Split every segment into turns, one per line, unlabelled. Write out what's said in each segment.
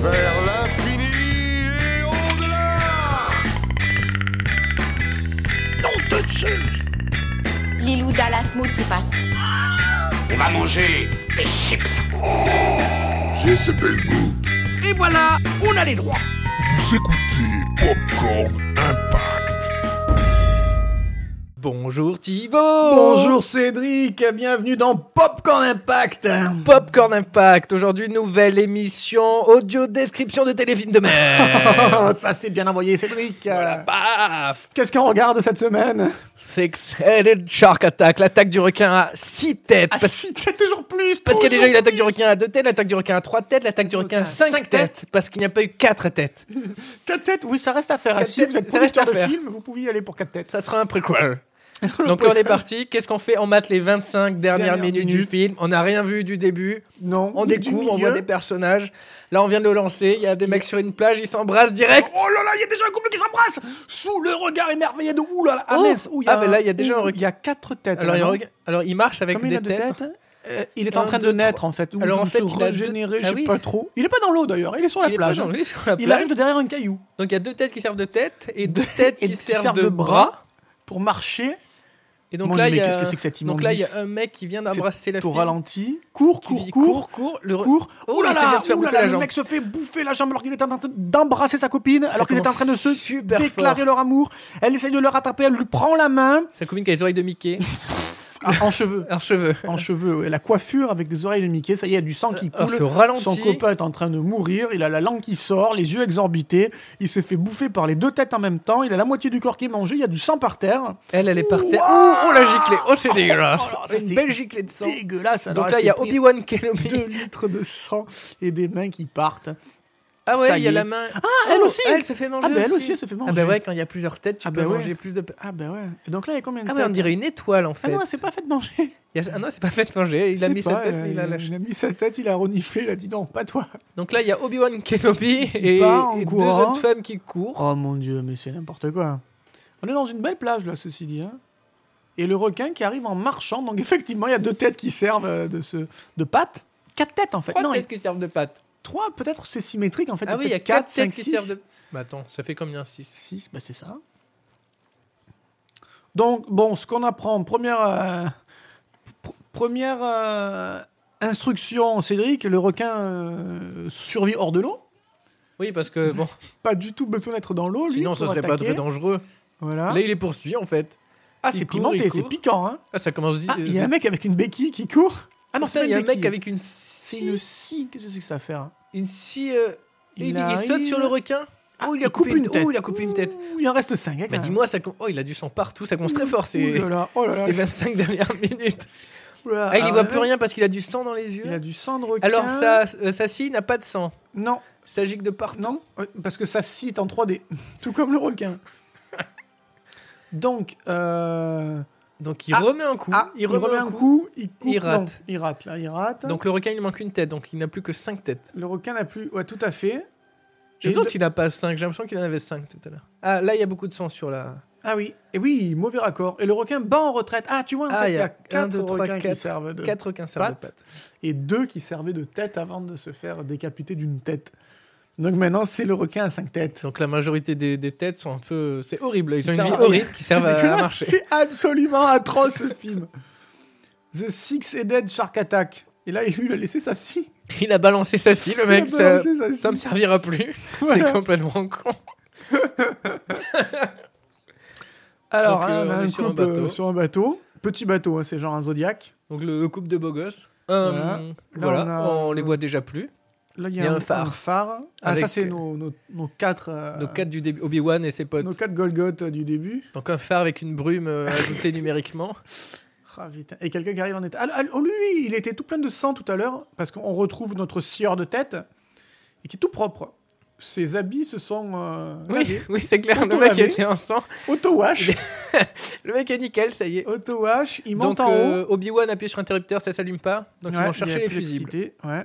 Vers l'infini et au-delà
Nom de Dieu
Lilou Dallas Mood qui passe.
On va manger des chips
J'ai ce bel goût.
Et voilà, on a les droits
Vous écoutez Popcorn Impact.
Bonjour Thibaut
Bonjour Cédric, bienvenue dans Popcorn Impact
Euh. Popcorn Impact, aujourd'hui nouvelle émission audio description de téléfilm de merde
Oh, ça c'est bien envoyé Cédric
Paf
Qu'est-ce qu'on regarde cette semaine
Six-headed shark attack, l'attaque du requin à 6 têtes
Ah
Parce-
si, t'as toujours plus
Parce qu'il y a déjà eu
toujours
l'attaque du requin à 2 têtes, l'attaque du requin à 3 têtes, l'attaque du requin à 5
cinq
têtes Parce qu'il n'y a pas eu 4 têtes
plus. Quatre têtes, oui ça reste à faire.
Quatre
si vous
têtes,
êtes
ça reste à
producteur de
faire.
film, vous pouvez y aller pour quatre têtes.
Ça sera un prequel donc là on est parti, qu'est-ce qu'on fait On mate les 25 dernières
Dernière
minutes du
minute.
film, on n'a rien vu du début,
Non,
on
du
découvre, on
milieu.
voit des personnages, là on vient de le lancer, il y a des mecs sur une plage, ils s'embrassent direct
Oh là là, il y a déjà un couple qui s'embrasse Sous le regard émerveillé de... Ouh là là, ah
Oh.
mince, ouh,
Ah, mais là, il y a déjà
ouh,
un rec-
Il y a quatre têtes.
Alors, il,
maintenant.
rega- alors, il marche avec
Oh, Comme il
des
a deux
têtes.
têtes, euh, il est
Un,
en train
deux,
de naître
trois.
en fait. Ou
Alors, en
de
fait,
se
il a deux-
régénérer,
Ah
je sais
oui.
pas trop. Il est pas dans l'eau d'ailleurs, il est sur la
Il est pas
plage.
dans le- il est sur la
il
plage.
arrive de derrière un caillou.
Donc il y a deux têtes qui servent de tête et deux têtes
et
qui, servent, de bras.
pour marcher.
Et donc
Mon
là,
Dieu,
il y
mais
a...
qu'est-ce que c'est que cette
donc là, il y a
immondice
un mec qui vient
C'est
d'embrasser la
au
fille.
ralenti. Cours,
qui
cours,
dit
cours,
cours, cours, le re-
cours.
Oh,
Oh là
il s'est fait
là,
de faire
oh là
bouffer la
là, le
jambe.
mec se fait bouffer la jambe alors qu'il est en train d'embrasser sa copine, alors qu'ils étaient en train de
commence
se
super
déclarer
fort.
leur amour. Elle essaye de le rattraper, elle lui prend la main
Sa copine qui a les oreilles de Mickey,
Ah, en cheveux.
un cheveu.
En cheveux, ouais. la coiffure avec des oreilles de Mickey, ça y est, il y a du sang qui
Alors,
coule.
Euh, oh, ce ralenti.
Son copain est en train de mourir, il a la langue qui sort, les yeux exorbités, il se fait bouffer par les deux têtes en même temps, il a la moitié du corps qui est mangé, il y a du sang par terre.
Elle, elle est par terre.
Ouah
Oh, oh la giclée. Oh, c'est dégueulasse.
Oh, oh, ça,
Une
c'est
belle giclée de sang.
Dégueulasse. alors
Donc
elle
là, il y a
s'est pris-
Obi-Wan Kenobi.
2 litres de sang et des mains qui partent.
Ah
ça
ouais, il
y
y a
est.
la main. Ah,
elle aussi.
Elle se fait manger
Ah, bah, elle
aussi,
aussi, elle se fait
Ah bah
manger.
ouais, quand il y a plusieurs têtes, tu
Ah
peux
bah ouais.
manger plus de...
Ah ben ouais. Et donc là, il y a combien de
Ah ouais, on
têtes
dirait une étoile en
Ah
fait.
non, c'est pas fait de manger.
Il y a- Ah non, c'est pas fait de manger. Il a
C'est
mis sa
pas,
tête,
euh,
mais il a lâché.
il a mis sa tête, il a reniflé, il a dit non, pas toi.
Donc là, il y a Obi-Wan Kenobi
Qui
et,
part en
et deux
courant.
autres femmes qui courent.
Oh mon dieu, mais c'est n'importe quoi. On est dans une belle plage là, ceci dit. hein. Et le requin qui arrive en marchant, donc effectivement, il y a deux têtes qui servent euh, de, ce, de pattes. Quatre têtes en fait.
Trois
non,
têtes
et-
qui servent de pattes.
trois, peut-être c'est symétrique en fait.
Ah oui, il y a
peut-être
quatre
cinq,
têtes qui
six.
servent de. Bah attends, ça fait combien 6
6, bah c'est ça. Donc, bon, ce qu'on apprend, première, euh, pr- première euh, instruction, Cédric, le requin euh, survit hors de l'eau.
Oui, parce que bon,
Pas du tout besoin d'être dans l'eau, lui.
sinon ça
pour
serait pas
attaquer.
très
Ah.
dangereux.
Voilà.
Là, il est poursuivi en fait.
Ah,
il
c'est
court, il
pimenté, c'est
court.
piquant. hein.
Ah, ça commence.
Ah, il y a un mec avec une béquille qui court. Ah non, c'est pas
il y a un
une
mec
béquille.
avec une
C'est
scie.
une scie. Qu'est-ce que c'est que ça à faire
Une scie. euh,
Il
Il, il
arrive. Ah,
saute sur le requin. oh, il a coupé une tête. Oh, il a coupé une tête.
Ouh, il en reste hein, 5.
Bah dis-moi, ça. com- Oh, il a du sang partout. Ça commence très fort.
Oh
C'est.
là là, oh là là.
Ces 25 dernières minutes.
oh là là.
Ah, il y
Alors,
voit
le
plus
mec,
rien parce qu'il a du sang dans les
Il
yeux.
a du sang de requin.
Alors, sa, euh, sa scie n'a pas de sang.
Non,
Ça gicle de partout.
Non, ouais, parce que ça se cite en 3D, tout comme le requin. Donc, euh,
Donc il
Ah,
remet un coup.
ah, il remet, un coup, il coupe,
il rate.
non, il rate, là, il rate.
Donc le requin, il manque une tête, donc il n'a plus que 5 têtes.
le requin n'a plus, ouais, tout à fait.
Je
Et
me demande
le-
s'il n'a pas 5, j'ai l'impression qu'il en avait 5 tout à l'heure. Ah, là, il y a beaucoup de sang sur la...
Ah oui, et oui, mauvais raccord. Et le requin bat en retraite. Ah, tu vois, en
Ah,
fait,
il y a un,
4
deux, trois,
requins
quatre,
qui servent de
4 requins servent de
pattes.
pattes.
et deux qui servaient de tête avant de se faire décapiter d'une tête. Donc maintenant, c'est le requin à 5 têtes.
Donc la majorité des, des têtes sont un peu... C'est horrible, ils ont une
Qui
vie
servent à rien.
horrible qui
C'est
servent à- à,
dégueulasse,
marcher.
C'est absolument atroce ce film. The Six et Dead Shark Attack. Et là, il lui a laissé sa scie.
Il a balancé sa scie, le
Il
mec,
a
ça,
balancé sa scie.
ça me servira plus.
Voilà.
C'est complètement con.
Alors,
Donc,
hein,
euh,
on a
on est
un
sur un
couple euh,
bateau.
sur un bateau. Petit bateau, hein, c'est genre un Zodiac.
Donc le, le couple de beaux gosses. Hum,
Voilà.
voilà,
Là, on a-
on, les voit déjà plus.
Là, il y,
Il y a
a
un phare.
phare. Ah,
Avec- euh,
ça, c'est nos, nos, nos quatre... euh,
Nos 4 du début, Obi-Wan et ses potes.
nos quatre Golgoth euh, du début.
Donc un phare avec une brume euh, ajoutée numériquement.
Ah, putain. Et quelqu'un qui arrive en état... Ah, ah, oh, lui, il était tout plein de sang tout à l'heure, parce qu'on retrouve notre sieur de tête, et qui est tout propre. Ses habits se sont euh,
Oui, oui c'est clair,
Auto
le mec
lavé.
était en sang.
auto-wash.
Le mec est nickel, ça y est.
Auto-wash, il monte
Donc
en haut.
euh, Obi-Wan appuie sur interrupteur, ça s'allume pas. Donc ils
Ouais,
vont
il y
chercher
a
les
plus
fusibles.
d'activité, Ouais.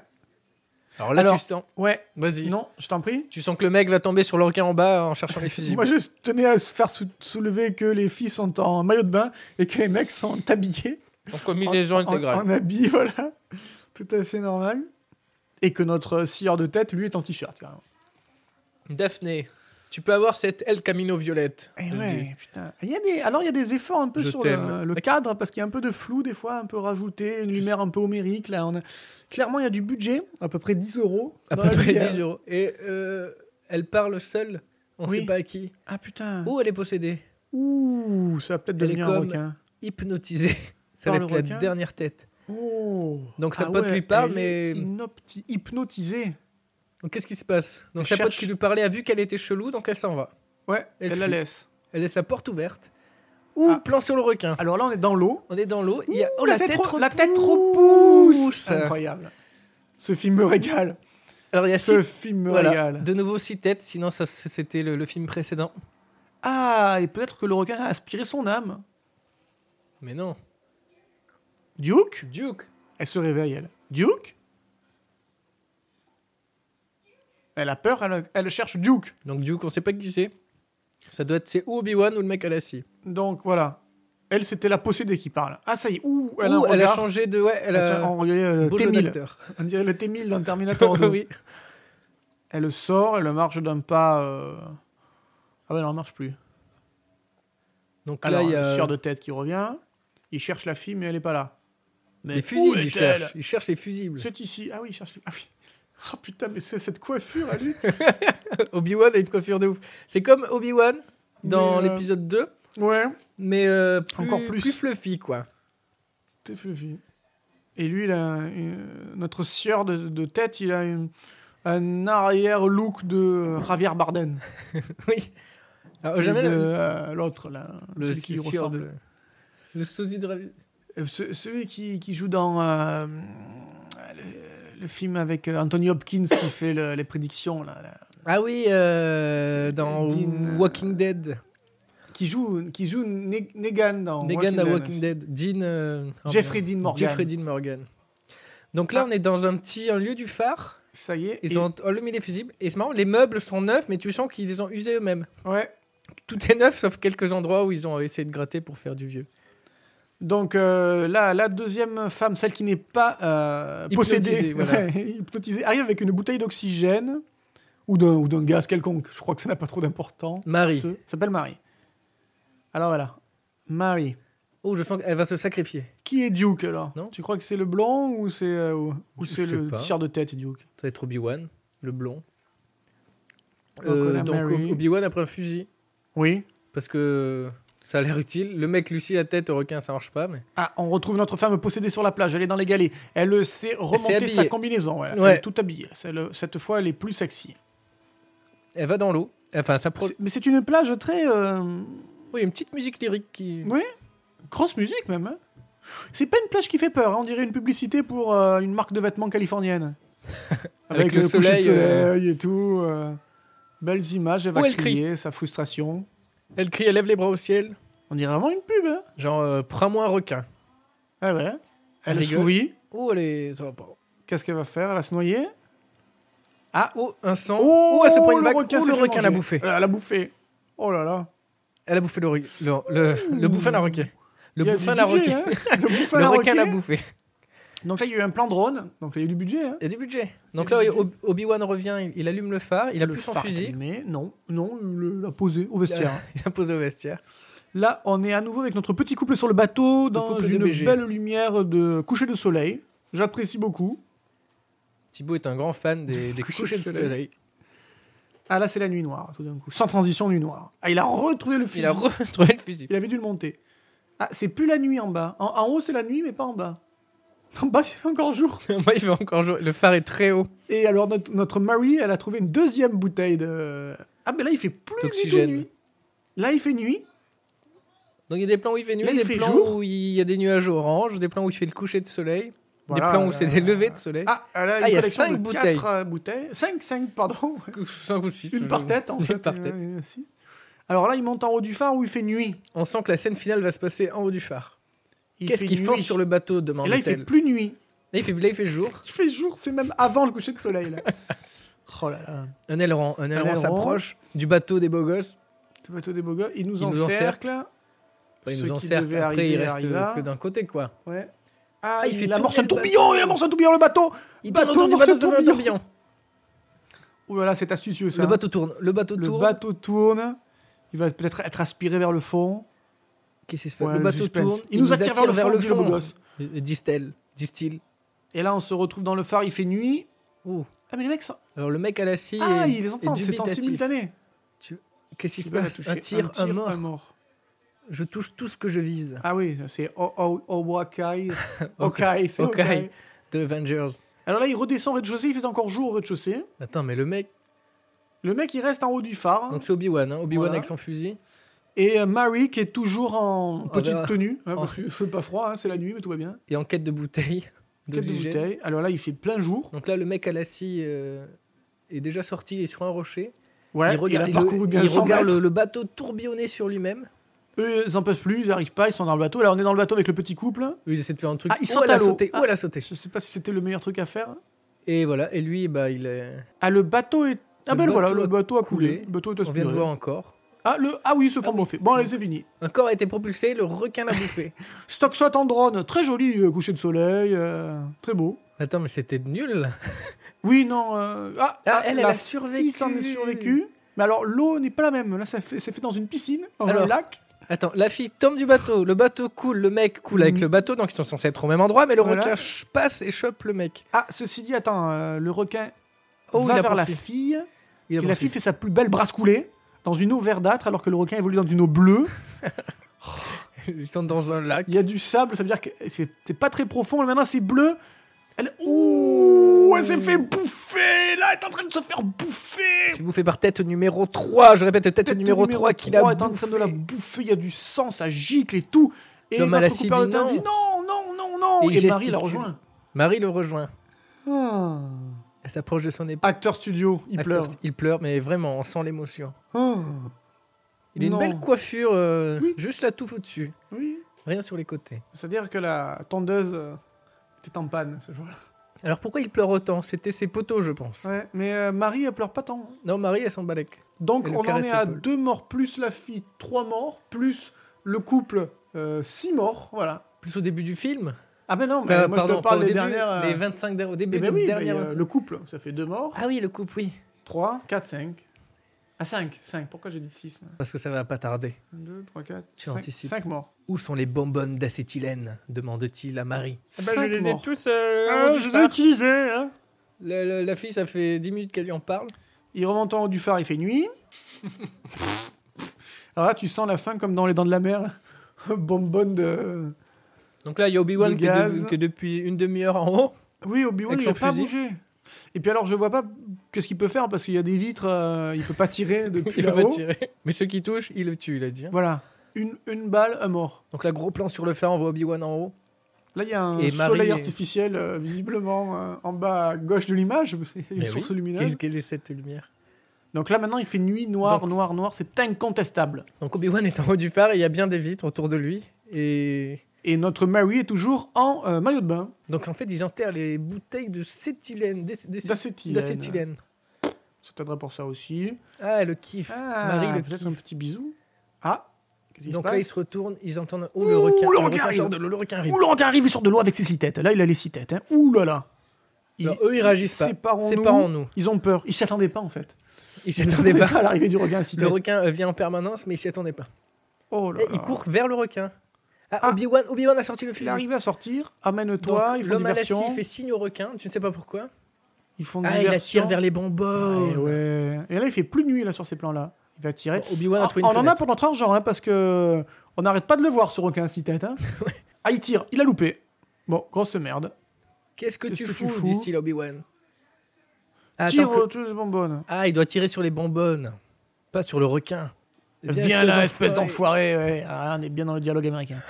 Alors là, tu
Alors-
sens.
ouais.
Vas-y.
Non, je t'en prie.
Tu sens que le mec va tomber sur le requin en bas en cherchant les fusibles.
Moi, je tenais à se faire sou- soulever que les filles sont en maillot de bain et que les mecs sont habillés
Donc, comme
en,
il est gens
en,
intégral.
en habit, voilà. tout à fait normal. Et que notre euh, scieur de tête, lui, est en t-shirt, carrément.
Daphné, tu peux avoir cette El Camino violette.
Et
je le dis.
Eh ouais, putain. Il y a des... Alors, il y a des efforts un peu
Je
sur
t'aime.
le, le cadre, parce qu'il y a un peu de flou, des fois, un peu rajouté, une lumière un peu homérique. Là, on a- Clairement, il y a du budget, à peu près 10 euros.
À
dans
peu
la
près
lumière.
10 euros. Et euh, elle parle seule, on
Oui.
sait pas à qui.
Ah putain.
Ou elle est possédée,
Ouh, ça va peut-être
Elle est
devenir un
comme-
requin.
hypnotisée. Ça
Par
va
le
être la
requin
dernière tête.
Oh.
Donc, sa
Ah
pote
ouais,
lui parle,
elle est
mais-
inopti- Hypnotisée.
Donc qu'est-ce qui se passe Donc
Elle
sa pote
cherche.
qui lui parlait a vu qu'elle était chelou, donc elle s'en va.
Ouais,
Elle
elle, la
fuit.
laisse.
Elle laisse la porte ouverte. Ou
Ah.
plan sur le requin.
Alors là, on est dans l'eau.
On est dans l'eau. Il y a...
Ouh,
Oh, la, tête
re- la tête
repousse.
repousse. Incroyable. Ce film me régale.
Alors il y a
Ce
six...
film me
voilà.
régale.
De nouveau six têtes, sinon ça, c'était le, le film précédent.
Ah, et peut-être que le requin a aspiré son âme.
Mais non.
Duke
Duke.
Elle se réveille, elle. Duke Elle a peur, elle, elle cherche Duke.
Donc Duke, on sait pas qui c'est. Ça doit être c'est ou Obi-Wan ou le mec à la scie.
Donc voilà. Elle, c'était la possédée qui parle. Ah, ça y est. Ouh, elle a un
Ou elle a
regard.
changé de... Ouais, elle
Tiens,
a...
on dirait, euh,
beau jeune
T-1000.
acteur.
On dirait le T-1000 dans Terminator 2.
oui.
Elle sort, elle marche d'un pas. euh, Ah ben non, elle marche plus.
Donc
Alors,
là, il y
le
a... euh,
sieur de tête qui revient. Il cherche la fille, mais elle n'est pas là. Mais
Les
où
fusibles, il
est-elle
cherche. Il cherche les fusibles.
C'est ici. Ah oui, il cherche. Ah oui. Ah putain, mais c'est cette coiffure à lui.
Obi-Wan a une coiffure de ouf. C'est comme Obi-Wan dans
Mais, euh,
l'épisode 2,
ouais.
mais euh, plus,
Encore plus.
plus fluffy, quoi.
T'es fluffy. Et lui, il a une- notre sieur de, de tête, il a une- un arrière-look de Javier Bardem.
oui. Alors, jamais
de,
le,
euh, l'autre, là.
le,
celui qui lui
sieur
ressemble.
de... Le sosie de Ravi-
Euh, ce- celui qui, qui joue dans euh, le, le film avec euh, Anthony Hopkins qui fait le- les prédictions, là, là.
Ah oui, euh, dans
Dean, euh,
Walking Dead.
qui joue, qui joue Ne- Negan dans
Negan
Walking
dans
Dead.
Walking Dead. Dean... euh, oh,
Jeffrey
merde.
Dean Morgan.
Jeffrey Dean Morgan. Donc là,
Ah.
on est dans un petit un lieu du phare.
Ça y est.
Ils
et-
ont allumé les fusibles. Et c'est marrant, les meubles sont neufs, mais tu sens qu'ils les ont usés eux-mêmes.
ouais.
Tout est neuf, sauf quelques endroits où ils ont essayé de gratter pour faire du vieux.
Donc euh, là, la deuxième femme, celle qui n'est pas euh,
Hypnotisée,
possédée,
voilà.
ouais, hypnotisée, arrive avec une bouteille d'oxygène ou d'un ou d'un gaz quelconque. Je crois que ça n'a pas trop d'importance.
Marie.
Ce- S'appelle Marie. Alors voilà, Marie.
Oh, je sens qu'elle va se sacrifier.
Qui est Duke alors
Non.
Tu crois que c'est le blanc ou c'est euh, ou, ou
Je
c'est
sais
le
pas.
tir de tête Duke
Ça va être Obi-Wan, le blond.
Donc,
Euh,
on a
Donc,
Mary.
Obi-Wan après un fusil.
Oui.
Parce que ça a l'air utile. Le mec Lucie la tête au requin, ça marche pas. Mais...
Ah, on retrouve notre femme possédée sur la plage. Elle est dans les galets. Elle euh, s'est remontée sa
habillée.
combinaison. voilà.
Ouais.
Elle est tout habillée. Celle- cette fois, elle est plus sexy.
Elle va dans l'eau. Enfin, ça pro...
C'est- Mais c'est une plage très. euh,
Oui, une petite musique lyrique qui.
Oui. Grosse musique même. hein. C'est pas une plage qui fait peur. hein. On dirait une publicité pour euh, une marque de vêtements californienne.
Avec le
coucher de
soleil, euh,
soleil et tout. euh. Belles images. Elle va
Où elle
crier sa frustration.
Elle crie, elle lève les bras au ciel.
On dirait vraiment une pub. Hein.
Genre, euh, prends-moi un requin.
Ah ouais. Elle
rigole.
sourit.
Oh, elle est... ça va pas.
Qu'est-ce qu'elle va faire Elle va se noyer
Oh, un sang. Oh, elle se prend une
le
vague.
requin
Oh,
s'est
le
fait
requin l'a
manger.
bouffé.
Elle a bouffé. Oh là là.
Elle a bouffé le, re- le, le, le bouffin l'a requin. Le
Il y a
bouffin
du
l'a
budget,
requin.
hein. Le bouffin
Le
l'a
requin l'a
requin.
bouffé.
Donc là, il y a eu un plan drone. Donc là, il y a eu du budget. hein.
Il y a du budget. Donc
Il y
là,
a du
Ob- Obi-Wan revient, il- il allume le phare, il a
Le
plus son
phare
fusil,
allumé. non, non, il l'a posé au
il
vestiaire.
a- il a posé au vestiaire.
Là, on est à nouveau avec notre petit couple sur le bateau dans
couple de
une
BG.
belle lumière de coucher de soleil. J'apprécie beaucoup.
Thibaut est un grand fan des, des
Coucher
couchers de
de
soleil.
soleil. Ah là, c'est la nuit noire, tout d'un coup. Sans transition, nuit noire. Ah, il a retrouvé le fusil.
Il a retrouvé le fusil.
Il avait dû le monter. Ah, c'est plus la nuit en bas. En, en haut, c'est la nuit, mais pas en bas. En bas, c'est encore jour.
Moi, il va encore jouer. Le phare est très haut.
Et alors, notre, notre Marie, elle a trouvé une deuxième bouteille de. Ah, mais là, il fait plus du tout
D'oxygène.
nuit. Là, il fait nuit.
Donc, il y a des plans où il fait nuit,
Là, il
des
fait
plans
jour.
où il y a des nuages orange, des plans où il fait le coucher de soleil, des
Voilà,
plans où
là,
c'est
là,
des
là.
levées de soleil.
Ah, elle a une
Ah, il y a
collection
cinq
de
bouteilles.
quatre, euh, bouteilles. 5, 5, pardon.
5 ou 6.
Une par tête, en
Une
fait.
par
euh,
tête.
euh, si. Alors là, il monte en haut du phare où il fait nuit.
On sent que la scène finale va se passer en haut du phare.
Il
Qu'est-ce
fait
qui
nuit.
fonce sur le bateau
Et là, il fait
demande-t-elle.
plus nuit.
Là, il fait- là, il fait jour.
Il fait jour, c'est même avant le coucher de soleil. Là. oh là là.
Un aileron, un aileron
aileron.
s'approche du bateau des beaux gosses.
Le bateau des beaux gosses, il nous
Il nous
encercle.
Enfin, il
Ce
nous
qui
encercle.
devait
Après,
arriver
il reste
arriva.
que d'un côté, quoi.
Ouais. Ah,
il fait
amorce
tourner
un
le
tourbillon, il amorce un tourbillon, le bateau
Il tourne autour du bateau, ça fait un tourbillon.
Ouh là là, c'est astucieux ça.
Le bateau tourne. Le bateau
Le
tourne.
bateau tourne. Il va peut-être être aspiré vers le fond.
Qu'est-ce qui se fait
Ouais,
Le
le
bateau
suspense.
tourne.
Il nous attire vers le fond, dit le
fond.
beau gosse.
Euh, Disent-elles. Disent-ils.
Et là, on se retrouve dans le phare, il fait nuit.
Ouh.
Ah, mais les mecs, ça-
Alors le mec à la scie
ah,
est,
ils les
est
entendent, c'est en
dubitatif.
simultané.
Qu'est-ce qui se
Ils peuvent
passe
toucher
un tir, un mort.
un mort.
Je touche tout ce que je vise.
Ah oui, c'est O- O- Owakai. Okai, c'est
Okai.
Okai.
De Avengers.
Alors là, il redescend au rez-de-chaussée, il fait encore jour au rez-de-chaussée.
Attends, mais le mec.
Le mec, il reste en haut du phare.
Donc c'est Obi-Wan. hein. Obi-Wan
Voilà.
avec son fusil.
Et euh, Mary, qui est toujours en
Ah
petite
bah,
tenue, hein,
en-
parce qu'il fait pas froid, hein, c'est la nuit, mais tout va bien.
Et en quête de bouteilles.
Quête de
d'oxygène.
bouteille. Alors là, il fait plein jour.
Donc là, le mec à la scie euh, est déjà sorti et sur un rocher.
Ouais,
il regarde,
il a
il-
parcouru bien
il
100
regarde
mètres.
le, le bateau tourbillonner sur lui-même.
Eux, ils en peuvent plus, ils arrivent pas, ils sont dans le bateau. Là, on est dans le bateau avec le petit couple.
Eux, Ils essaient de faire un truc.
Ah, ils
Où
sautent
elle a
à l'eau.
sauté Où
Ah.
elle a sauté
Je sais pas si c'était le meilleur truc à faire.
Et voilà. Et lui, bah, il est.
Ah, le bateau est. Ah,
Le
ben voilà,
bateau
le
a
bateau a coulé.
coulé.
Le bateau est
On vient de
aspiré.
voir encore.
Ah, le... ah oui, ce fond bon fait. Bon, allez, c'est fini.
Un corps a été propulsé, le requin l'a bouffé.
Stock shot en drone, très joli euh, coucher de soleil, euh, très beau.
Attends, mais c'était nul. là.
Oui, non. euh, Ah,
Ah, elle, elle a
la
survécu.
fille s'en est survécu. Mais alors, l'eau n'est pas la même. Là, ça fait- c'est fait dans une piscine, dans
Alors,
un lac.
Attends, la fille tombe du bateau, le bateau coule, le mec coule avec
Mhm.
le bateau, donc ils sont censés être au même endroit, mais le
Voilà.
requin ch- passe et chope le mec.
Ah, ceci dit, attends, euh, le requin
Oh, il
va
a
vers la
poursuivi.
fille.
Il a
et la
poursuivi.
fille fait sa plus belle brasse coulée dans une eau verdâtre, alors que le requin évolue dans une eau bleue.
Ils sont dans un lac.
Il y a du sable, ça veut dire que c'est c'est pas très profond. Mais maintenant, c'est bleu. Elle... Ouh, elle s'est fait bouffer. Là, elle est en train de se faire bouffer.
C'est bouffé par tête numéro 3, je répète, tête,
Tête
numéro 3 qui l'a
est en train de la
bouffé.
bouffer, il y a du sang, ça gicle et tout. Et
L'homme à
notre
la
copain
scie
Martin
dit
dit
non.
non, non, non, non, non.
Et il
Et, Marie
gesticule.
l'a rejoint.
Marie le rejoint.
Ah.
Elle s'approche de son épaule.
Acteur studio, Ah, il
Acteur,
pleure.
Il pleure, mais vraiment, on sent l'émotion.
Ah.
Il a une
Non.
belle coiffure, euh,
Oui.
juste la touffe au-dessus,
Oui.
rien sur les côtés.
C'est-à-dire que la tondeuse euh, était en panne ce jour-là.
Alors pourquoi il pleure autant C'était ses poteaux, je pense.
Ouais, mais euh, Marie, elle pleure pas tant.
Non, Marie, elle s'en balèque.
Donc
Elle le
on en
caresse
est à
l'épaule.
deux morts, plus la fille, trois morts, plus le couple, euh, six morts, voilà.
Plus au début du film
Ah ben non, mais
Enfin,
moi
pardon,
je te
pas au
parle des
début,
dernières... euh,
les 25 dernières, au
eh
début
ben
des
oui,
dernières
mais, euh,
25.
le couple, ça fait deux morts.
Ah oui, le couple, oui.
3, 4, 5. Ah, 5, 5. Pourquoi j'ai dit 6
Parce que ça va pas tarder.
2, 3, 4.
Tu anticipes.
5 morts.
Où sont les bonbonnes d'acétylène demande-t-il à Marie.
Cinq morts. Ah,
tous.
euh, je les ai hein.
utilisés. La, la- la fille, ça fait 10 minutes qu'elle lui en parle.
Il remonte en haut du phare, il fait nuit. Alors là, Ah, tu sens la fin comme dans Les Dents de la Mer. Bonbonne de.
Donc là, il y a Obi-Wan
Du
qui, est de-
gaz.
qui est depuis une demi-heure en haut.
Oui, Obi-Wan,
Avec
il
son
n'a pas
fusil.
bougé. Et puis alors, je vois pas qu'est-ce qu'il peut faire parce qu'il y a des vitres, euh, il peut pas tirer depuis
Il va
là-haut.
tirer. Mais ceux qui touchent, il le tue, il a dit. hein.
Voilà. Une, une balle, un mort.
Donc là, gros plan sur le fer, on voit Obi-Wan en haut.
Là, il y a un
Et Marie
soleil
est-
artificiel, euh, visiblement euh, en bas à gauche de l'image. Il y a Une
Mais oui.
source lumineuse.
Quelle, quelle est cette lumière
Donc là, maintenant, il fait nuit, noir,
Donc-
noir, noir. C'est incontestable.
Donc Obi-Wan est en haut du phare et il y a bien des vitres autour de lui. Et
Et notre Mary est toujours en euh, maillot de bain
donc en fait, ils enterrent les bouteilles de cétylène. des- des-
d'acétylène.
D'acétylène.
C'est peut-être pour ça aussi.
Ah, le kiff. Marie le
peut-être un
kiffe.
petit bisou. Ah, qu'est-ce qui se
Donc
passe
là, ils se retournent, ils entendent oh,
Ouh,
le requin.
le requin arrive.
sort de l'eau, le requin arrive.
Ouh, le requin arrive sur de l'eau avec ses six têtes. Là, il a les six têtes. Hein. Ouh là là.
Alors, eux, ils réagissent pas.
Séparons-nous.
Séparons-nous.
Ils ont peur. Ils s'y attendaient pas, en fait.
Ils
Ils
s'attendaient pas.
à l'arrivée du requin à six
Le Eh,
têtes.
requin euh, vient en permanence, mais ils s'y attendaient pas.
Oh là
Et
là.
ils courent vers le requin. Ah,
Ah.
Obi-Wan Obi a sorti le
Il
fusil.
arrive à sortir. Amène-toi.
Donc,
Ils font
L'homme à la scie
diversion.
fait signe au requin, tu ne sais pas pourquoi.
Ils font
Ah, il
diversion.
attire vers les bonbons.
Ouais, ouais. Bah, Et là, il fait plus nuit là, sur ces plans-là. Il va tirer.
Eh Bon, Obi-Wan a
Ah,
trouvé une
on en a
fenêtre.
pour notre argent, hein, parce que on n'arrête pas de le voir, ce requin à six têtes. hein. ah, il tire. Il a loupé. Bon, grosse merde.
Qu'est-ce que, tu,
Qu'est-ce que tu
fous,
fous
dit-il à Obi-Wan. Ah, attends
tire
que-
euh, toutes les bonbonnes.
ah, il doit tirer sur les bonbonnes, pas sur le requin.
Viens, là, espèce d'enfoiré. ouais. Ah, on est bien dans le dialogue américain.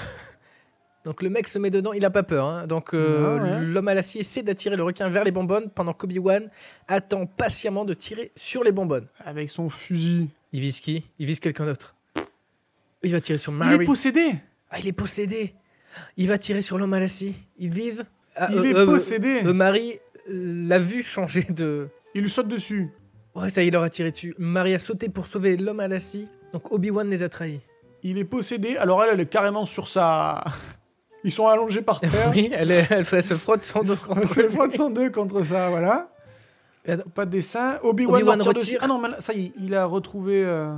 Donc le mec se met dedans, il a pas peur. hein. Donc euh,
Non, Ah, ouais.
l'homme à l'acier essaie d'attirer le requin vers les bonbonnes pendant qu'Obi-Wan attend patiemment de tirer sur les bonbonnes.
Avec son fusil.
Il vise qui Il vise quelqu'un d'autre. Il va tirer sur
Il est
Mary.
possédé.
ah, il est possédé. Il va tirer sur l'homme à l'acier. Il vise. Ah,
Il
euh,
est
euh,
possédé.
euh, Marie euh, l'a vu changer de.
Il lui saute dessus.
Ouais, ça y est, il leur a tiré dessus. Marie a sauté pour sauver l'homme à l'acier. Donc Obi-Wan les a trahis.
Il est possédé. Alors elle, elle est carrément sur sa. Ils sont allongés par terre.
Oui, elle, est- elle fait- se frotte son dos
On
contre
se
lui.
frotte son deux contre ça, voilà.
Et attends,
Pas de dessin. Obi-Wan
Obi-Wan
retire
retire.
dessus. Ah non, mais là, ça y est, il a retrouvé euh,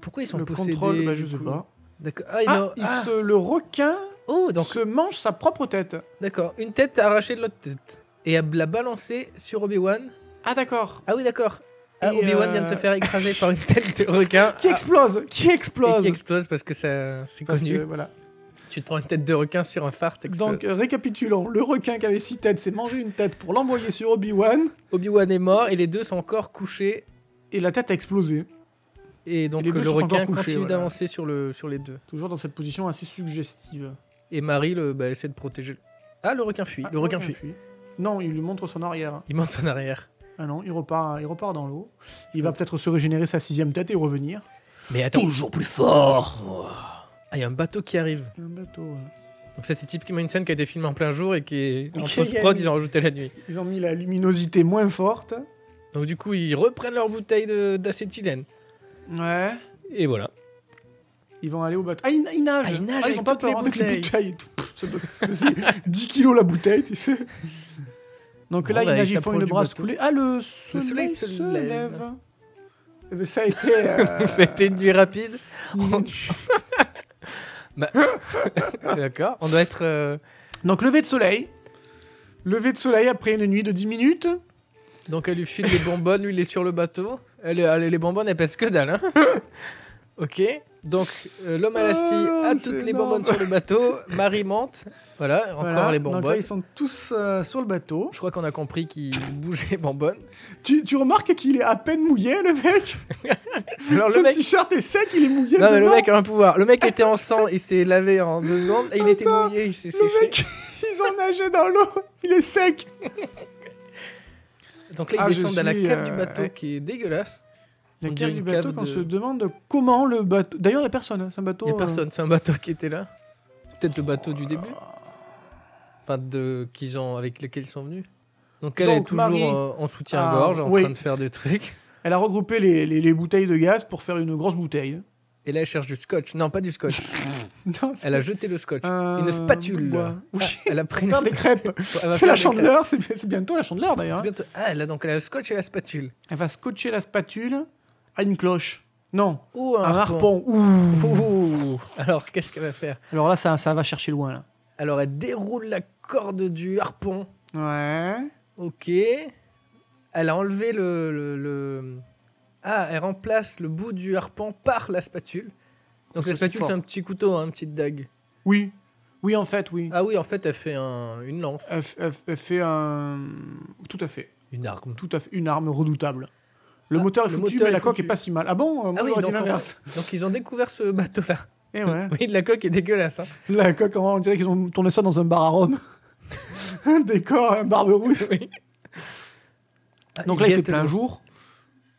Pourquoi ils sont
le
possédés
contrôle. Bah, je
du
sais
coup
pas.
D'accord. Ah, il
Ah,
en-
il
ah,
se- le requin
Oh, donc,
se mange sa propre tête.
d'accord. Une tête a arraché de l'autre tête. Et elle l'a balancée sur Obi-Wan.
Ah d'accord.
Ah oui, d'accord. Ah,
Et,
Obi-Wan
euh,
vient de se faire écraser par une tête de requin.
Qui
Ah,
explose Qui
et
explose
qui explose parce que ça, c'est
Parce
connu.
que, voilà.
Tu te prends une tête de requin sur un phare, t'exploses.
Donc euh, récapitulons, le requin qui avait six têtes s'est mangé une tête pour l'envoyer sur Obi-Wan
Obi-Wan est mort et les deux sont encore couchés.
et la tête a explosé.
Et donc
les deux
le
sont
requin
encore couchés,
continue
voilà.
d'avancer sur, le, sur les deux.
Toujours dans cette position assez suggestive.
Et Marie le, bah, essaie de protéger. le- Ah, le requin fuit.
Ah,
le requin fuit.
Non, il lui montre son arrière.
Il monte en arrière.
Ah non, il repart, il repart dans l'eau. Il va peut-être se régénérer sa sixième tête et revenir.
Mais attends. Toujours plus fort Ah, il y a un bateau qui arrive.
Un bateau. hein. ouais.
Donc ça, c'est typiquement une scène qui a été filmée en plein jour et qui est en
Ok,
post-prod,
yeah.
ils ont rajouté la nuit.
Ils ont mis la luminosité moins forte.
Donc du coup, ils reprennent leur bouteille de- d'acétylène.
Ouais.
Et voilà.
Ils vont aller au bateau. Ah, ils, ils nagent.
Ah, ils nagent
ils
avec
ont pas
toutes les
peur hein, avec les
bouteilles.
bouteilles. et tout. Pff, ça doit peser 10 kilos la bouteille, tu sais. Donc
Bon,
là,
bah,
ils
ils
nagent, ils font
s'approchent
une
du
brasse
bateau.
coulée. Ah, le soleil, se, lève. Eh ben, Ça a été. euh,
C'était une nuit rapide.
une-
D'accord. On doit être... euh,
Donc, lever de soleil. Lever de soleil après une nuit de 10 minutes.
Donc elle lui file des bonbonnes, lui il est sur le bateau. Elle, elle- les bonbonnes, elle pèse que dalle. hein. ok. Donc euh, l'homme à la scie
Oh,
a
c'est
toutes les
énorme.
bonbonnes sur le bateau. Marie monte. Voilà, encore
Voilà.
les
Donc là,
bonbonnes.
ils sont tous euh, sur le bateau.
Je crois qu'on a compris qu'il bougeait les bonbonnes.
Tu, tu remarques qu'il est à peine mouillé, le mec.
Alors le
Son
mec.
t-shirt est sec, il est mouillé.
Non, mais le
dedans.
mec a un pouvoir. Le mec était en sang, il s'est lavé en deux secondes et il était
Attends,
mouillé, il s'est
Le
séché.
mec, ils ont nagé dans l'eau. Il est sec.
Donc là, ils
Ah, je
descendent à la
suis,
cave
euh,
du bateau
ouais.
qui est dégueulasse.
La
On
cave
dirait
du
une
bateau,
cave
on
de-
se demande comment le bateau. D'ailleurs, il n'y a personne, hein, c'est un bateau.
Il n'y a
euh,
personne, c'est un bateau qui était là. C'est Peut-être le bateau du début. Enfin, de, qu'ils ont, avec lequel ils sont venus. Donc elle
Donc,
est toujours
Marie-
euh, en soutien-gorge,
Ah,
en
oui.
train de faire des trucs.
Elle a regroupé les, les- les bouteilles de gaz pour faire une grosse bouteille.
Et là, elle cherche du scotch. Non, pas du scotch.
Non, c'est
Elle a jeté le scotch.
Un
Une spatule.
bois. Oui.
Ah, elle a pris une
pour faire des
spatule.
crêpes.
Elle va
C'est
faire
la
des
chandeleur, c'est c'est bientôt la chandeleur
crêpes.
d'ailleurs.
C'est
hein.
bientôt- Ah, elle a donc elle a le scotch et la spatule.
Elle va scotcher la spatule à une cloche. Non,
Ou un,
un harpon. Ouh.
Ouh. Alors, qu'est-ce qu'elle va faire
Alors là, ça, ça va chercher loin. Là.
Alors, elle déroule la corde du harpon.
Ouais.
Ok. Elle a enlevé le, le, le- Ah, elle remplace le bout du harpon par la spatule. Donc
Ça,
la
c'est
spatule,
fort.
c'est un petit couteau, hein, une petite dague.
Oui. Oui, en fait, oui.
Ah oui, en fait, elle fait un- une lance,
Elle, f- elle f- elle fait un. Tout à fait.
une arme.
Tout à fait. Une arme redoutable. Le moteur est
Ah, le
foutu,
moteur
mais
est
la coque
foutu.
est pas si mal. Ah bon Euh, Moi,
Ah oui,
j'aurais dit
donc, en
l'inverse.
fait- donc ils ont découvert ce bateau-là.
Eh ouais.
Oui, de la coque est dégueulasse. hein.
La coque, on dirait qu'ils ont tourné ça dans un bar à Rome. un décor, un barberousse.
Oui. Ah,
Donc là, il fait
guette
plein
le-
jour.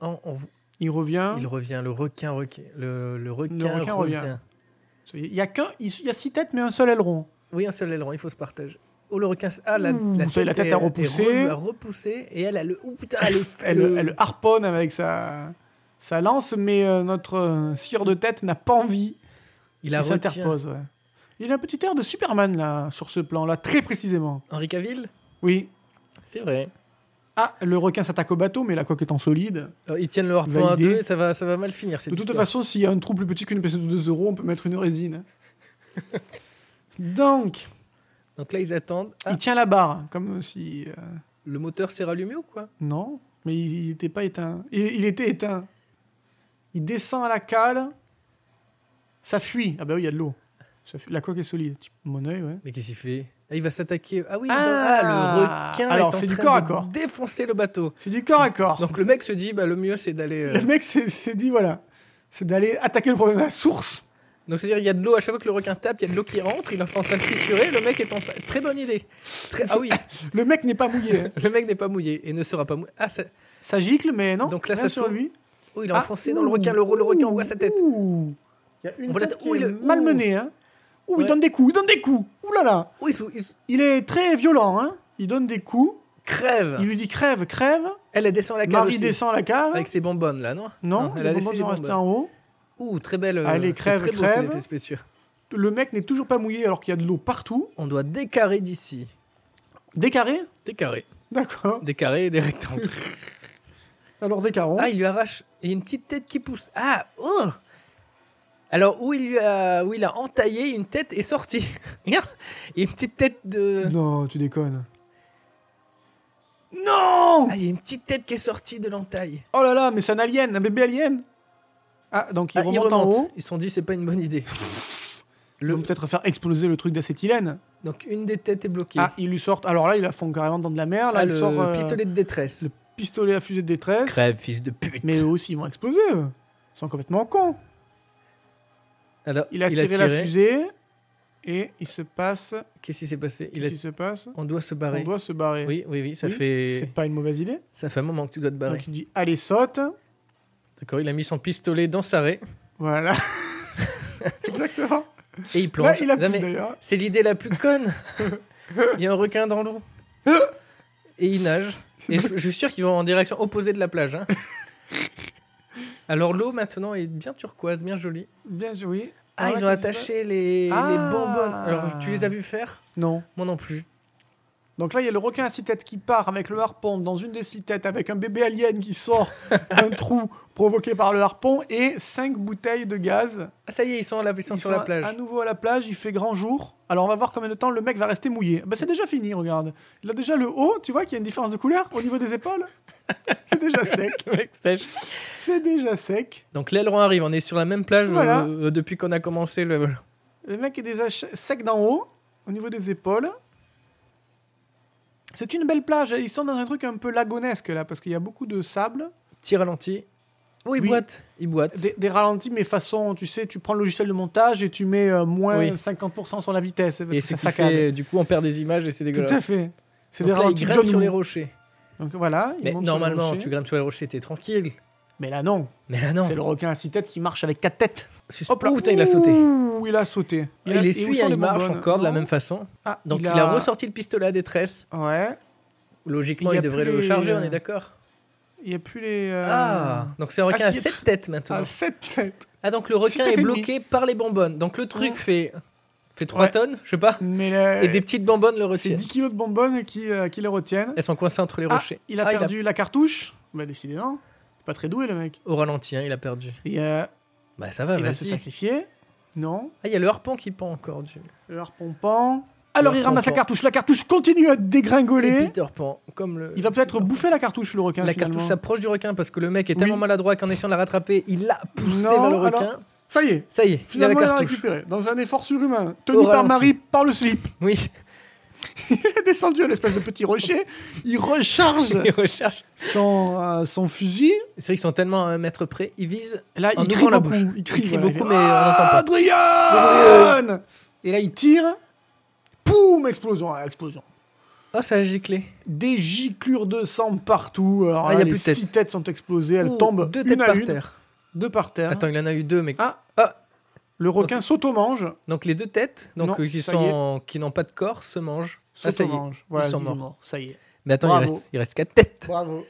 Oh, on-
Il revient.
Il revient, le requin, requin- le, le requin,
requin
revient.
revient. Ça y est, Il y a qu'un, il il y a six têtes, mais un seul aileron.
Oui, un seul aileron, il faut se partager. Oh, le requin. Ah, la,
Ouh,
la
Mmh. ça y est, la tête
est-
a repoussé.
est re- a repoussé et elle a le. Oh putain, elle, est-
Elle,
le-
elle ah, harponne avec sa, sa lance, mais euh, notre euh, scieur de tête n'a pas envie.
Il a
Il
retient.
s'interpose, ouais. Il a un petit air de Superman, là, sur ce plan-là, très précisément.
Henri Cavill
Oui.
C'est vrai.
Ah, le requin s'attaque au bateau, mais la coque étant solide.
Alors, ils tiennent le harpon à
Validé.
deux et ça va, ça va mal finir. Cette
De toute
histoire.
façon, s'il y a un trou plus petit qu'une pièce de 2 euros, on peut mettre une résine. Donc,
Donc là, ils attendent. Ah,
il tient la barre, comme si... euh,
le moteur s'est rallumé ou quoi
Non, mais il n'était pas éteint. Il, il était éteint. Il descend à la cale. Ça fuit. Ah bah oui, il y a de l'eau. Ça fuit. La coque est solide. Tu- Mon œil, ouais.
Mais qu'est-ce qu'il fait Ah, il va s'attaquer. Ah oui,
Ah
dans- ah, le requin
Alors,
est en
fait du
train
corps à
de
corps.
défoncer le bateau.
C'est du corps à corps.
Donc le mec se dit, bah, le mieux c'est d'aller. euh,
Le mec s'est s'est dit, voilà, c'est d'aller attaquer le problème à la source.
Donc c'est-à-dire il y a de l'eau à chaque fois que le requin tape, il y a de l'eau qui rentre, il est en train de fissurer. Le mec est en fa- très bonne idée. Très- Ah oui,
Le mec n'est pas mouillé. hein.
le mec n'est pas mouillé et ne sera pas mouillé. Ah ça...
Ça gicle, mais non.
Donc là,
rien
ça
sur
saute.
lui.
oh, il est
Ah,
enfoncé dans
ouh,
le requin. Le, le requin
ouh,
on voit sa tête.
ouh. Il y a une
On voit la
tête
tête.
qui
Ouh,
est
il est-
malmenée. Hein. Ouh,
Ouais.
il donne des coups, il donne des coups. Ouh là là.
Oh, il, sou- il sou-
Il est très violent. Hein. Il donne des coups.
crève.
Il lui dit crève, crève.
Elle, elle descend à la cave
Marie
aussi.
descend à la cave.
Avec ses bonbonnes là, non
Non,
elle a laissé les
rester
bonbonnes.
en haut.
Ouh, très belle.
Allez,
c'est
crève,
très beau,
crève.
ces effets spéciaux.
le mec n'est toujours pas mouillé alors qu'il y a de l'eau partout.
On doit décarrer d'ici.
Des carrés
Décarrer.
D'accord.
Décarrer et des rectangles.
Alors des carrons.
Ah, il lui arrache. Et une petite tête qui pousse. Ah, oh Alors, où il, lui a... où il a entaillé, une tête est sortie. Regarde Il y a une petite tête de.
Non, tu déconnes. Non
Ah, il y a une petite tête qui est sortie de l'entaille.
Oh là là, mais c'est un alien, un bébé alien. Ah, donc il
Ah,
remonte
ils
en
remontent.
haut.
Ils se sont dit, c'est pas une bonne idée.
Ils vont peut-être faire exploser le truc d'acétylène.
Donc, une des têtes est bloquée.
Ah, ils lui sortent. Alors là, ils la font carrément dans de la mer. Là,
Ah,
ils
le
sortent, euh,
pistolet de détresse.
le pistolet à fusée de détresse.
Crève, fils de pute.
Mais eux aussi, ils vont exploser. eux. Ils sont complètement cons.
Alors,
Il a tiré, la fusée et il se passe.
Qu'est-ce qui s'est passé Il
Qu'est-ce
a-
qui se passe
On doit se barrer.
On doit se barrer.
Oui, oui, oui, ça,
Oui,
fait...
C'est pas une mauvaise idée.
ça fait un moment que tu dois te barrer.
Donc il dit allez saute.
D'accord, il a mis son pistolet dans sa raie
Voilà. Exactement.
et il plonge.
Là, il a
Non,
plus
mais
d'ailleurs.
C'est l'idée la plus conne. il y a un requin dans l'eau. Et il nage. Et je, je suis sûr qu'ils vont en direction opposée de la plage. hein. Alors l'eau maintenant est bien turquoise, bien jolie.
Bien joué.
Ah,
Voilà,
ils ont
qu'est-ce qui se
attaché les,
Ah.
les bonbonnes. Alors tu les as vus faire
passe Non.
Moi non plus.
Donc là, il y a le requin à six têtes qui part avec le harpon dans une des six têtes, avec un bébé alien qui sort d'un trou provoqué par le harpon et cinq bouteilles de gaz.
Ah ça y est, ils sont à la ils sont
Ils
sur
sont
la plage.
À nouveau à la plage, il fait grand jour. Alors on va voir combien de temps le mec va rester mouillé. Bah c'est déjà fini, regarde. Il a déjà le haut, tu vois qu'il y a une différence de couleur au niveau des épaules. c'est déjà sec.
Le mec sèche.
C'est déjà sec.
Donc l'aileron arrive, on est sur la même plage euh,
Voilà.
euh, depuis qu'on a commencé le...
Le mec est déjà ch- sec d'en haut, au niveau des épaules. C'est une belle plage. Ils sont dans un truc un peu lagonesque là, parce qu'il y a beaucoup de sable.
Petit ralenti. Oh, il
Oui.
boite, il boite.
Des, des ralentis, mais façon, tu sais, tu prends le logiciel de montage et tu mets euh, moins
Oui.
50% sur la vitesse. Parce
Et
que
ce
ça
qui
saccade.
fait, du coup, on perd des images et c'est
Tout
dégueulasse.
à fait. C'est
Donc
des
là, il
ralentis
grimpe
John
sur les
Woo.
rochers.
Donc voilà. il
Mais
monte sur le
normalement,
rocher.
tu grimpes sur les rochers, t'es tranquille.
Mais là, non.
Mais là, non.
C'est le requin à six têtes qui marche avec quatre têtes.
Suspect. Oh putain, il a sauté.
Ouh, il a sauté.
Il,
a- et où
essuie,
sont
hein,
les
il marche
bonbonnes
encore de la
Non.
même façon.
Ah,
Donc il a... ressorti le pistolet à détresse.
Ouais.
Logiquement,
Il y
il,
a
devrait
plus
le
les-
charger, on est d'accord
Il n'y a plus les. euh,
Ah Donc c'est un requin
Ah,
à
si, il y a
7 têtes
Ah,
maintenant.
sept têtes.
Ah, donc le requin
têtes et
est
demie.
bloqué par les bonbonnes. Donc le truc
Mm.
fait, fait 3
Ouais.
tonnes, je sais pas.
Mais là,
Et des petites bonbonnes le
c'est
retiennent.
10 kilos de bonbonnes qui, euh, qui les retiennent.
Elles sont coincées entre les
Ah,
rochers.
il a
Ah,
perdu la cartouche. Bah, décidément. Pas très doué, le mec.
Au ralenti, hein, il a perdu.
Il, euh,
Bah ça va,
il va se
vas-y.
sacrifier. Non.
Ah, il y a le harpon qui pend encore du.
Leur pompant. Alors,
Leur
il ramasse la
pompant.
cartouche. La cartouche continue à
Et
dégringoler.
Peter Pan, comme le.
Il va peut-être
le-
bouffer la cartouche, le requin.
La
hein, finalement.
cartouche s'approche du requin parce que le mec est tellement
Oui.
maladroit qu'en essayant de la rattraper, il l'a poussé
Non,
vers le
alors-
requin.
Ça y est.
Ça y est, il a la
Finalement, il l'a
cartouche.
récupéré. Dans un effort surhumain, tenu par
ralenti.
Marie par le slip.
oui,
Il est descendu à l'espèce de petit rocher. Il recharge
il recherche.
son, euh, son fusil.
C'est vrai qu'ils sont tellement à un mètre près, ils visent.
Et là,
En
il crie
ouvrant la
beaucoup.
bouche.
Il crie,
Il crie
voilà,
beaucoup,
il-
mais euh, on
Ah,
l'entend pas.
Adrien Et là, il tire. Poum Explosion, ah, explosion.
Oh, ça a giclé.
Des giclures de sang partout. Alors
Ah,
là,
il y a
les
plus de têtes.
six têtes sont explosées. Elles
Ouh,
tombent
Deux
une
têtes
à
par
une.
terre.
Deux par terre.
Attends, il en a eu deux, mais.
Ah,
Ah,
le requin s'auto-mange.
donc les deux têtes, donc
Non,
euh, qui
ça y est.
sont, qui n'ont pas de corps, se mangent. Ah, ça y est,
S'auto-mange. Voilà,
ils sont morts.
Ça y est.
Mais attends, il
Bravo.
reste, il reste quatre têtes.
Bravo.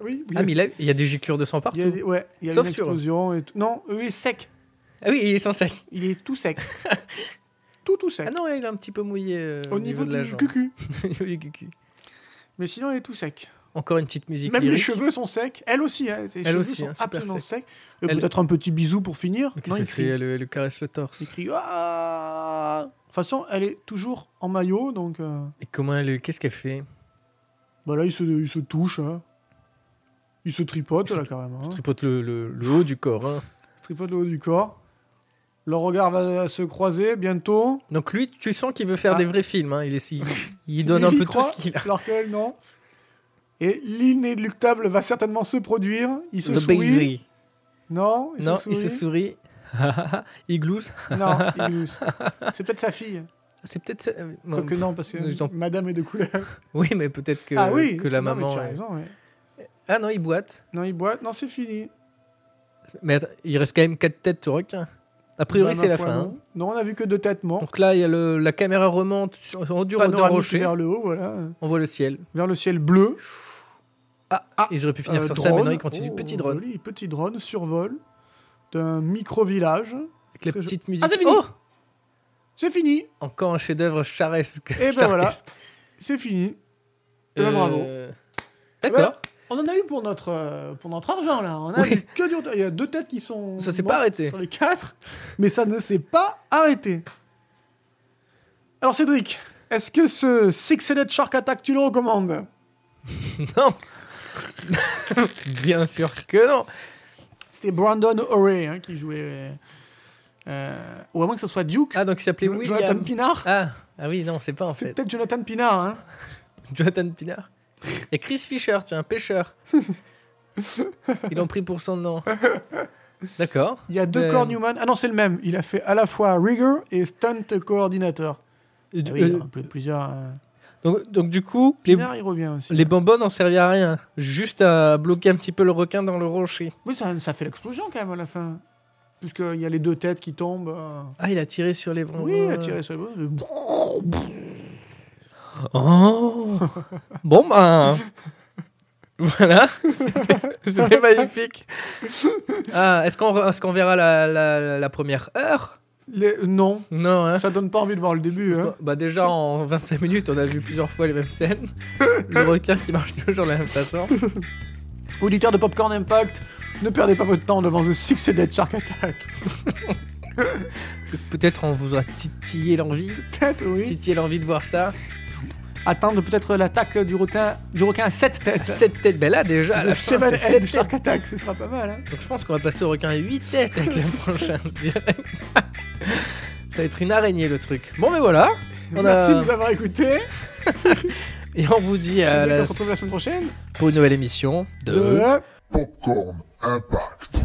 Oui, oui.
Ah, mais là, il y a des giclures de sang
Il y a
partout.
des- ouais, il y a
Sauf
une
sur-
explosion et tout. Non, il est sec.
Ah oui, ils sont secs.
Il est tout sec. tout, tout sec.
Ah non, il est un petit peu mouillé euh,
Au niveau,
de la
du
jambe.
cucu.
Au niveau du cucu.
Mais sinon, il est tout sec.
Encore une petite musique
Même les
lyrique.
cheveux sont secs. Elle aussi, hein, les
Elle
cheveux
aussi,
sont
hein, super
absolument secs. Et
Elle-
peut-être un petit bisou pour finir.
Ok,
non,
ça
il
fait,
crie.
elle, elle caresse le
Il
torse.
crie. Ah De toute façon, elle est toujours en maillot, donc euh,
Et comment elle, qu'est-ce qu'elle fait
bah là, il se, il se touche. hein. Il se tripote,
Il se
là, carrément.
Elle
hein.
tripote le, le- le haut du corps. hein.
Il se tripote le haut du corps. Leur regard va se croiser bientôt.
Donc lui, tu sens qu'il veut faire
Ah.
des vrais films. hein. Il, est, il, il donne un
Lui, il
peu
croit,
tout ce qu'il a.
Alors qu'elle, non. Et l'inéluctable va certainement se produire. Il se
Le
sourit.
baiser.
Non, il
non,
se
il
sourit.
se sourit. il glousse.
Non, il glousse. C'est peut-être sa fille.
C'est peut-être... ça- euh, bon,
Quoique non, parce que
Ils ont-
madame est de couleur.
Oui, mais peut-être que,
ah oui,
que la
tu- non, mais
maman...
Tu as
euh,
raison, ouais.
Ah non, il boite.
Non, il boit. Non, c'est fini.
Mais attends, il reste quand même quatre têtes au requin. A priori,
Bah, ma
c'est la
foi,
fin. hein.
Non. Non, on a vu que deux têtes mortes.
Donc là, il y a le- la caméra remonte sur, en dur d'un
Panoramique
rocher.
vers le haut, voilà.
On voit le ciel.
Vers le ciel bleu.
Ah,
Ah,
et j'aurais pu finir
Euh,
sur ça, mais non,
drone.
il continue.
Oh,
Petit drone.
joli, petit drone, survol d'un micro-village.
Avec la
Très joli. Ah,
petite musique.
c'est fini.
oh
C'est fini.
Encore un chef-d'œuvre charesque.
Et ben voilà.
chartesque.
C'est fini. Eh ben,
Euh,
bravo.
D'accord.
Voilà. On en a eu pour notre, euh, pour notre argent, là. On a
Oui.
eu que du- Il y a deux têtes qui sont.
Ça s'est
mortes
pas arrêté.
Sur les quatre, mais ça ne s'est pas arrêté. Alors, Cédric, est-ce que ce Six-Headed Shark Attack, tu le recommandes
Non. Bien sûr que non.
C'était Brandon O'Reilly hein, qui jouait. euh, euh, ou à moins que ce soit Duke.
Ah, donc il s'appelait
Jo- Jonathan
William.
Pinard
Ah, ah oui, non, c'est pas en
C'est
fait.
peut-être Jonathan Pinard. Hein.
Jonathan Pinard. Et Chris Fisher, tiens, pêcheur. Ils l'ont pris pour son nom. D'accord.
Il y a deux
Euh,
corps Newman. Ah non, c'est le même. Il a fait à la fois Rigger et Stunt Coordinator. Ah oui, il
Euh,
y a pl- plusieurs. euh,
donc, donc du coup, les,
Pinard, il revient aussi.
les bonbons n'en servaient à rien. Juste à bloquer un petit peu le requin dans le rocher.
Oui, ça, ça fait l'explosion quand même à la fin. Puisqu'il y a les deux têtes qui tombent. euh.
Ah, il a tiré sur les bonbons.
Oui, il a tiré sur les bonbons, mais- euh,
Oh Bon ben voilà, C'était- c'était magnifique. Ah, est-ce qu'on est qu'on verra la, la, la première heure
Les- euh, Non,
Non. Hein
ça donne pas envie de voir le début. hein.
bah déjà en 25 minutes, on a vu plusieurs fois les mêmes scènes. Le requin qui marche toujours de la même façon.
Auditeurs de Popcorn Impact, ne perdez pas votre temps devant The Success Dead Shark Attack.
Peut-être on vous a titillé l'envie,
Peut-être, oui.
titillé l'envie de voir ça.
Atteindre peut-être l'attaque du requin, du requin à 7 têtes.
Cette tête, ben là déjà. à la
The
fin,
Seven
c'est
Head
sept
Shark Attack, ce sera pas mal. Hein.
têtes. Donc je pense qu'on va passer au requin à 8 têtes avec la prochaine. direct. Ça va être une araignée le truc. Bon mais voilà. On a-
Merci de nous avoir écoutés.
Et on vous dit
C'est
à
bien
la... Euh,
qu'on se retrouve la semaine prochaine.
pour une nouvelle émission de...
De-
Popcorn Impact.